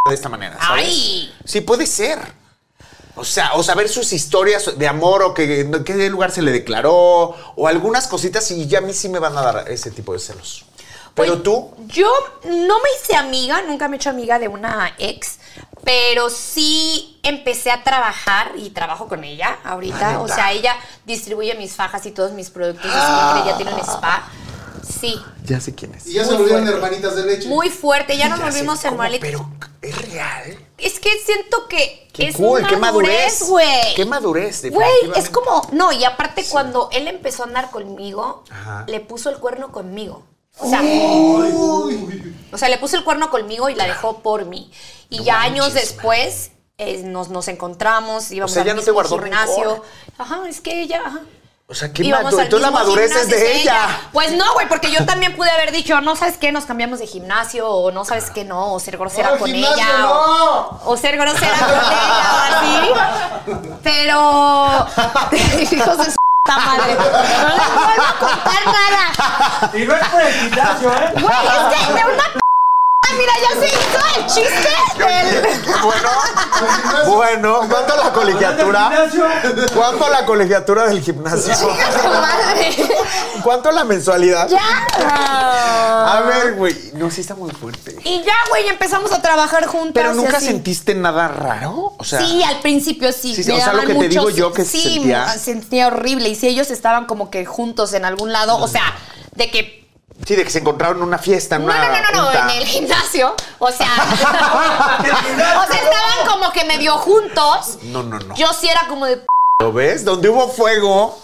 de esta manera. ¿sabes?
¡Ay!
Sí, puede ser. O sea, o saber sus historias de amor o que en qué lugar se le declaró o algunas cositas y ya a mí sí me van a dar ese tipo de celos. Pero
Pues,
tú,
Yo no me hice amiga, nunca me he hecho amiga de una ex, pero sí empecé a trabajar y trabajo con ella ahorita.
Ah,
o
neta.
sea, ella distribuye mis fajas y todos mis productos.
Ah.
Es que ella tiene un spa. Sí,
ya sé quién es.
Y ya se volvieron hermanitas de leche.
muy fuerte. Ya nos
Ya sé
volvimos
cómo,
hermanitos.
Pero es real.
Es que siento que
Qué
es
cool, qué
madurez,
madurez.
güey.
Qué madurez,
Güey, es
definitivamente.
como, no, y aparte cuando él empezó a andar conmigo,
Ajá.
le puso el cuerno conmigo. O sea, o sea, le puso el cuerno conmigo y la dejó por mí. Y ya años
manches,
después eh, nos, nos encontramos, íbamos
sea,
al
ya no te
mismo
guardó
gimnasio.
rencor.
Ajá, es que ella, ajá.
O sea, qué
Íbamos
madurez.
al
Entonces la
mismo
madurez es
gimnasio,
de
es
ella.
Pues no, güey, porque yo también pude haber dicho, no sabes qué, nos cambiamos de gimnasio, o no sabes qué, no, o ser grosera
No,
con
gimnasio,
ella. o-
no.
o ser grosera con ella o así. Pero. Hijos de su puta madre. No les vuelvo a contar nada.
Y no es por el gimnasio, ¿eh?
Güey, es que de una p. ah, Mira, ya se hizo el chiste del.
bueno, bueno, ¿cuánto la colegiatura?
Gimnasio.
¿Cuánto la colegiatura del gimnasio?
Hija de su madre.
¿Cuánto la mensualidad?
Ya.
A ver, güey. No, sí está muy fuerte.
Y ya, güey, empezamos a trabajar juntas.
Pero
y
nunca
así.
sentiste nada raro. O sea,
Sí, al principio sí.
Sí, sí,
me
o sea, lo
daban
que te digo
muchos-
yo que
sí,
sentía.
sentía horrible. Y si ellos estaban como que juntos en algún lado, o sea, de que
sí, de que se encontraron en una fiesta, en
No,
una
no, no, no,
junta.
no, en el gimnasio. O sea, o sea, estaban como que medio juntos.
No, no, no.
Yo sí era como de. p-
¿Lo ves? Donde hubo fuego.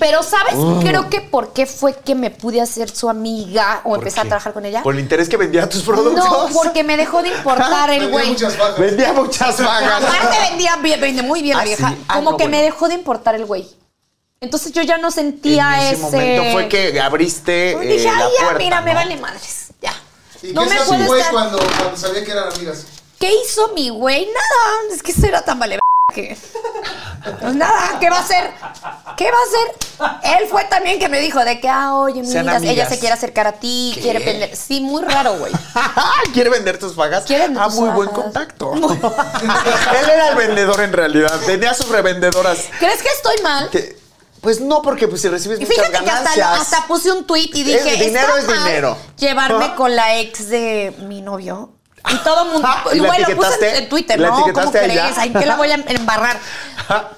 Pero, ¿sabes?
Oh.
Creo que por qué fue que me pude hacer su amiga o empecé a
qué?
trabajar con ella.
Por el interés que vendía tus productos.
No, porque me dejó de importar el
Tenía
güey.
muchas bajas.
Vendía muchas vagas.
Aparte vendía bien, vendía muy bien
Ah,
la vieja.
sí. Ah,
como
no,
que
bueno.
me dejó de importar el güey. Entonces yo ya no
en
sentía
ese,
ese.
momento fue que abriste eh,
Dije,
la
ay, ya,
puerta,
mira, me
¿no?
vale madres. Ya.
¿Y
No
qué
me
hizo
puedo
su güey
estar-
cuando, cuando sabía que eran amigas?
¿Qué hizo mi güey? Nada, es que eso era tan vale que. Pues nada, ¿qué va a hacer? ¿Qué va a hacer? Él fue también que me dijo de que, ah, oye,
Sean
mira, ella
amigas.
se quiere acercar a ti, quiere vender. Sí, muy raro, güey.
Quiere vender tus vagas.
Quiere vender
ah,
tus
muy buen
vagas.
contacto. Él era el vendedor en realidad. Tenía sus revendedoras.
¿Crees que estoy mal?
Que, pues no, porque pues si recibes
Y
muchas
fíjate que
ganancias.
hasta, hasta puse un tweet y dije,
Es- dinero
"Está
es
mal
dinero".
Llevarme
Ajá.
con la ex de mi novio. Y todo el mundo.
¿Y la
Güey, lo puse en-
etiquetaste?
en Twitter,
¿La
¿no? ¿Cómo
etiquetaste a ella?
crees? Ay, ¿qué la voy a embarrar?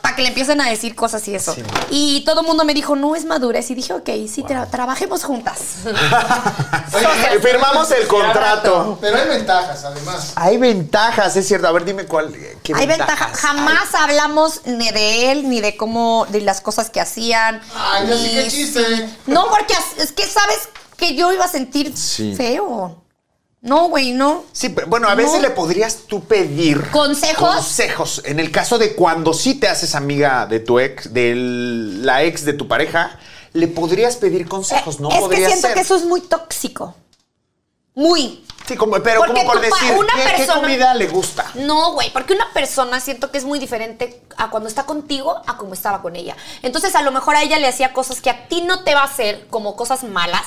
Para que le empiecen a decir cosas y eso. y todo el mundo me dijo, no es madurez. Y dije, ok, sí, tra- trabajemos juntas.
Oye, Firmamos el contrato.
Pero hay ventajas, además.
Hay ventajas, es cierto. A ver, dime cuál. eh, ¿Qué
Hay
ventajas?
ventaja. Jamás hablamos ni de él, ni de cómo, de las cosas que hacían.
Ay, yo sí,
ni-
qué chiste.
No, porque as- es que sabes que yo iba a sentir
Sí.
feo. No, güey, no.
Sí, pero bueno, a veces le podrías tú pedir
¿Consejos?
consejos. En el caso de cuando sí te haces amiga de tu ex, de la ex de tu pareja, le podrías pedir consejos, ¿no?
Eh, es que
Podría
siento
ser.
que eso es muy tóxico. Muy.
Sí, como, pero
Porque
como por
tu pa-
decir,
una
¿qué, qué
persona-
comida le gusta?
No, güey, porque una persona siento que es muy diferente a cuando está contigo a como estaba con ella. Entonces, a lo mejor a ella le hacía cosas que a ti no te va a hacer, como cosas malas.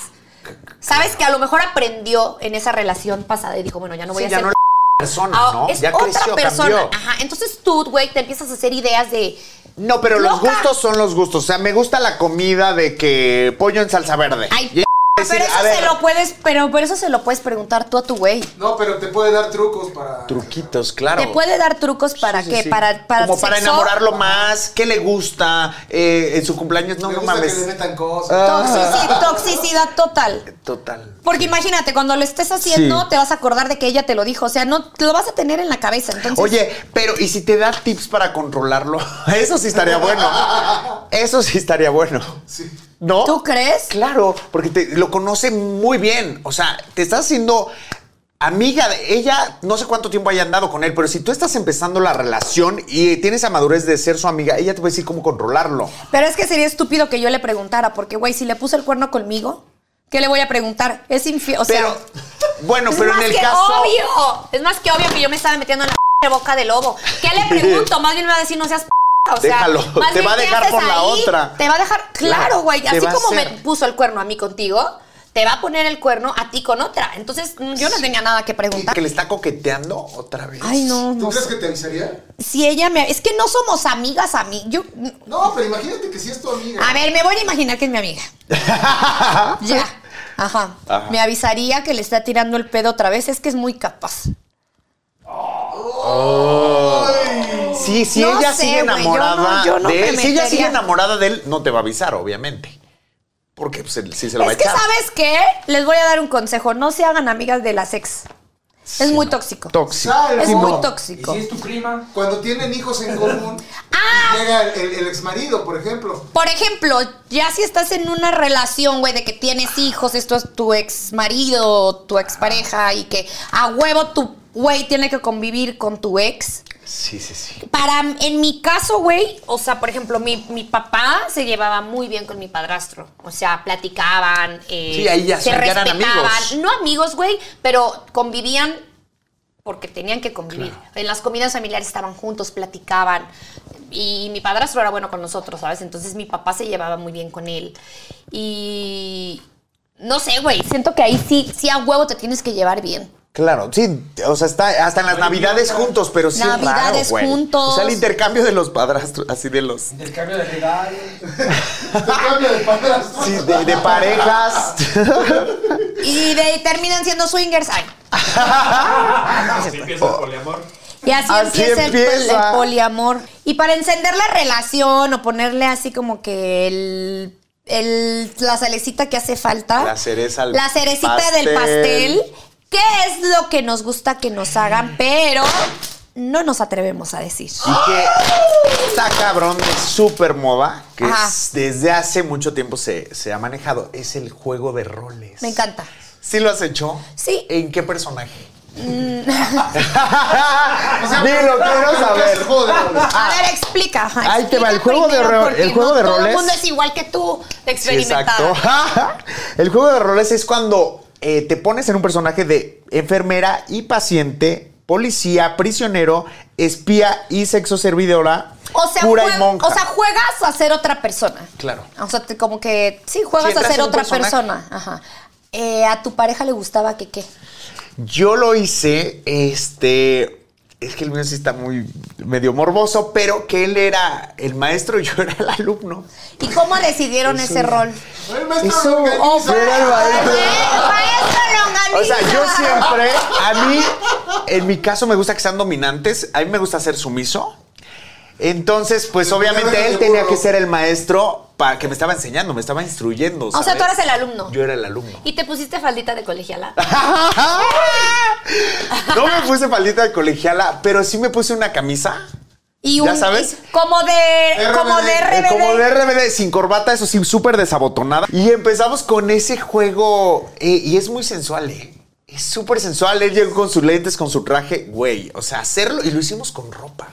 Sabes que a lo mejor aprendió en esa relación pasada y dijo, bueno, ya no voy
Sí,
a
ya
hacer
no es persona,
Ah,
¿no?
es
ya
otra
creció,
persona.
cambió.
Ajá, entonces tú, güey, te empiezas a hacer ideas de
No, pero los
Loca.
gustos son los gustos. O sea, me gusta la comida de que pollo en salsa verde.
Ay,
Y- decir,
"Ah, pero
a
eso
ver,
se lo puedes, pero por eso se lo puedes preguntar tú a tu güey.
No, pero te puede dar trucos para.
Truquitos, claro.
Te puede dar trucos para
Sí,
qué,
sí.
para para
Como para
sexo?
enamorarlo más, qué le gusta, eh, en su cumpleaños, no,
Me
no
gusta que le
mames. Ah.
metan cosas.
Toxici- toxicidad total.
Total.
Porque imagínate, cuando lo estés haciendo,
Sí.
te vas a acordar de que ella te lo dijo. O sea, no te lo vas a tener en la cabeza. Entonces,
Oye, pero ¿y si te da tips para controlarlo? Eso sí estaría bueno. Eso sí estaría bueno.
Sí.
¿No?
¿tú crees?
Claro, porque te, lo conoce muy bien. O sea, te estás haciendo amiga de ella. No sé cuánto tiempo haya andado con él, pero si tú estás empezando la relación y tienes esa madurez de ser su amiga, ella te va a decir cómo controlarlo.
Pero es que sería estúpido que yo le preguntara, porque, güey, si le puse el cuerno conmigo, ¿qué le voy a preguntar? Es infiel. O sea,
Pero, bueno,
es
pero
más
en el
que
caso.
obvio. Es más que obvio que yo me estaba metiendo en la p- boca de lobo. ¿Qué le pregunto? Más bien me va a decir, no seas p- o sea,
Déjalo,
más
te
bien,
va a
¿qué
dejar
haces
por la otra.
Te va a dejar,
Claro,
claro, güey.
te
así
va a
como me
hacer.
puso el cuerno a mí contigo, te va a poner el cuerno a ti con otra. Entonces, mm, yo no tenía nada que preguntar.
Que le está coqueteando otra vez.
Ay, no,
¿Tú
no
crees que te avisaría?
Si ella me. Es que no somos amigas a mí. Yo. mm,
No, pero imagínate que si es tu amiga.
A ver, me voy a imaginar que es mi amiga. Ya. Ajá.
Ajá.
Me avisaría que le está tirando el pedo otra vez. Es que es muy capaz.
Sí, si
No
ella
sé,
sigue
güey, yo no-
enamorada
yo no
de
me
él, si ella sigue
metería.
enamorada de él, no te va a avisar, obviamente. Porque pues, él sí se lo va a
Es que,
echar.
¿sabes qué? Les voy a dar un consejo. No se hagan amigas de las ex. es muy tóxico.
Tóxico.
¿Sabes?
es muy
No.
tóxico.
¿Y si es tu prima?
Cuando tienen hijos en común,
Ah.
llega el, el, ex marido, por ejemplo.
Por ejemplo, ya si estás en una relación, güey, de que tienes hijos, esto es tu ex marido, tu ex pareja, y que a huevo tu güey tiene que convivir con tu ex.
Sí, sí, sí.
Para, en mi caso, güey, o sea, por ejemplo, mi, mi papá se llevaba muy bien con mi padrastro. O sea, platicaban, eh,
Sí, ahí ya
se
son- ya eran
respetaban.
amigos.
No amigos, güey, pero convivían porque tenían que convivir. En las comidas familiares estaban juntos, platicaban. Y mi padrastro era bueno con nosotros, ¿sabes? Entonces mi papá se llevaba muy bien con él. Y no sé, güey, siento que ahí sí, sí a huevo te tienes que llevar bien.
Claro, sí, o sea, está hasta en las navidades juntos, pero sí es
Navidades
raro, güey.
juntos.
O sea, el intercambio de los padrastros, así de los...
Intercambio de regalos.
Te cambia de padrastro.
Sí, de, de parejas.
Y de, terminan siendo swingers. Ay.
Así empieza el poliamor.
Y así,
Así
empieza, el- El,
empieza.
poliamor. Y para encender la relación o ponerle así como que el, el- la cerecita que hace falta.
La cereza al
La cerecita del
pastel.
pastel. ¿Qué es lo que nos gusta que nos hagan? Pero no nos atrevemos a decir.
Y que está cabrón de súper moda, que es-
Ajá.
desde hace mucho tiempo se, se ha manejado, es el juego de roles.
Me encanta.
¿Sí lo has hecho?
Sí. Mm.
¿En qué personaje?
O sea,
Dilo,
pero-
quiero
pero ¿qué es
saber.
el juego de roles?
A ver, explica. ajá,
Ahí te va, el
explica
juego de
primero,
ro-
porque
el juego
no
de
Todo
roles.
el mundo es igual que tú, de
Sí, exacto.
experimentada.
el juego de roles es cuando eh, te pones en un personaje de enfermera y paciente, policía, prisionero, espía y sexo servidora,
O sea,
cura y
jue-
monja.
o sea, juegas a ser otra persona.
Claro.
O sea, te- como que sí,
Sí,
juegas a
entras
ser
en un
otra
personaje.
persona. Ajá. Eh, a tu pareja le gustaba que qué.
Yo lo hice, este. Es que el mío sí está muy medio morboso, pero que él era el maestro y yo era el alumno.
¿Y cómo decidieron ese rol?
El maestro
Eso-
Longaniza.
Oh, pero era el maestro. O sea, yo siempre, a mí, en mi caso me gusta que sean dominantes, a mí me gusta ser sumiso. Entonces, pues obviamente él tenía que ser el maestro para que me estaba enseñando, me estaba instruyendo.
O sea, tú
¿sabes?
eres el alumno.
Yo era el alumno.
Y te pusiste faldita de colegiala.
No me puse palita de colegiala, pero sí me puse una camisa.
Y
¿Ya sabes?
y como de. Como de
RBD,
Eh,
RBD.
Como de RBD, sin corbata, eso sí, súper desabotonada. Y empezamos con ese juego, eh, y es muy sensual, ¿eh? Es súper sensual. Él llegó con sus lentes, con su traje, güey. O sea, hacerlo y lo hicimos con ropa.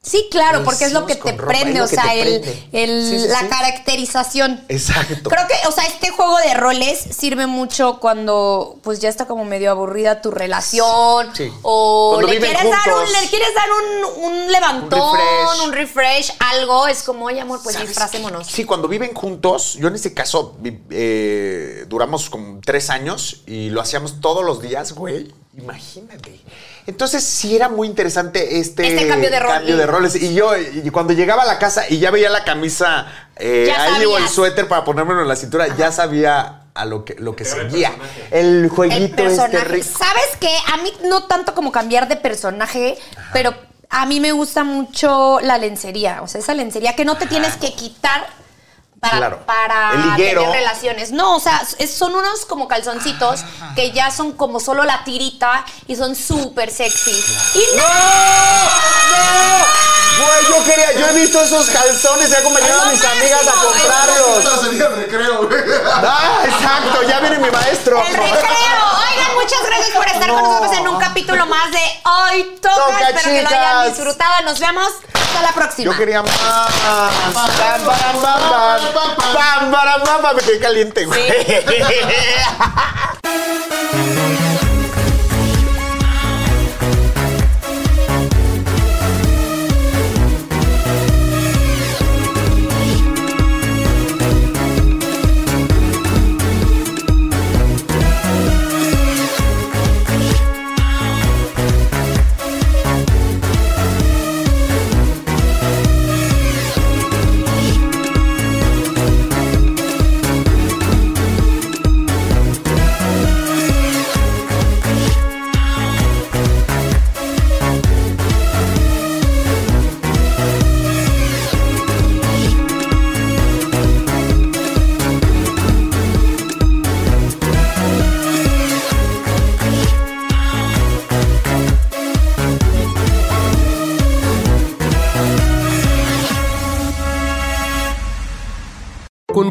Sí, claro,
Lo
porque es lo que
hicimos
te
con ropa, es
prende,
lo
o
que
sea,
te
el,
prende.
el-
Sí, sí,
la
sí.
caracterización.
Exacto.
Creo que, o sea, este juego de roles sirve mucho cuando pues ya está como medio aburrida tu relación
Sí.
o
Cuando
le
viven
quieres, dar un,
juntos.
le quieres dar un, un levantón, un refresh.
refresh.
algo, es como, oye amor, pues
¿Sabes
disfracémonos.
qué? Sí, cuando viven juntos, yo en este caso vi- eh, duramos como tres años y lo hacíamos todos los días, güey. Imagínate. Entonces sí era muy interesante este,
Este cambio de rol.
cambio de roles. Y yo y cuando llegaba a la casa y ya veía la camisa eh,
Ya
ahí o el
sabías.
suéter para ponérmelo en la cintura, ya sabía a lo que, lo que
Pero el
seguía.
personaje.
El
El
jueguito este
personaje.
rico.
¿Sabes qué? A mí no tanto como cambiar de personaje, pero a mí me gusta mucho la lencería. O sea, esa lencería que no te tienes que quitar para,
Claro.
para
El liguero.
tener relaciones. No, o sea, es- son unos como calzoncitos que ya son como solo la tirita y son súper sexy. Y
¡No! ¡No! Güey, yo quería, yo he visto esos calzones, he acompañado a mis amigas a comprarlos.
Esta sería el recreo, güey.
Ah, exacto, ya viene mi maestro.
El recreo. Oigan, muchas gracias por estar con
No.
nosotros en un capítulo más de Hoy Toca.
Toca,
Espero que lo hayan
chicas.
disfrutado. Nos vemos. Hasta la próxima.
Yo quería más. Pam, param, pam, pam. Pam, param, pam, pam. Me quedé caliente, güey.
Con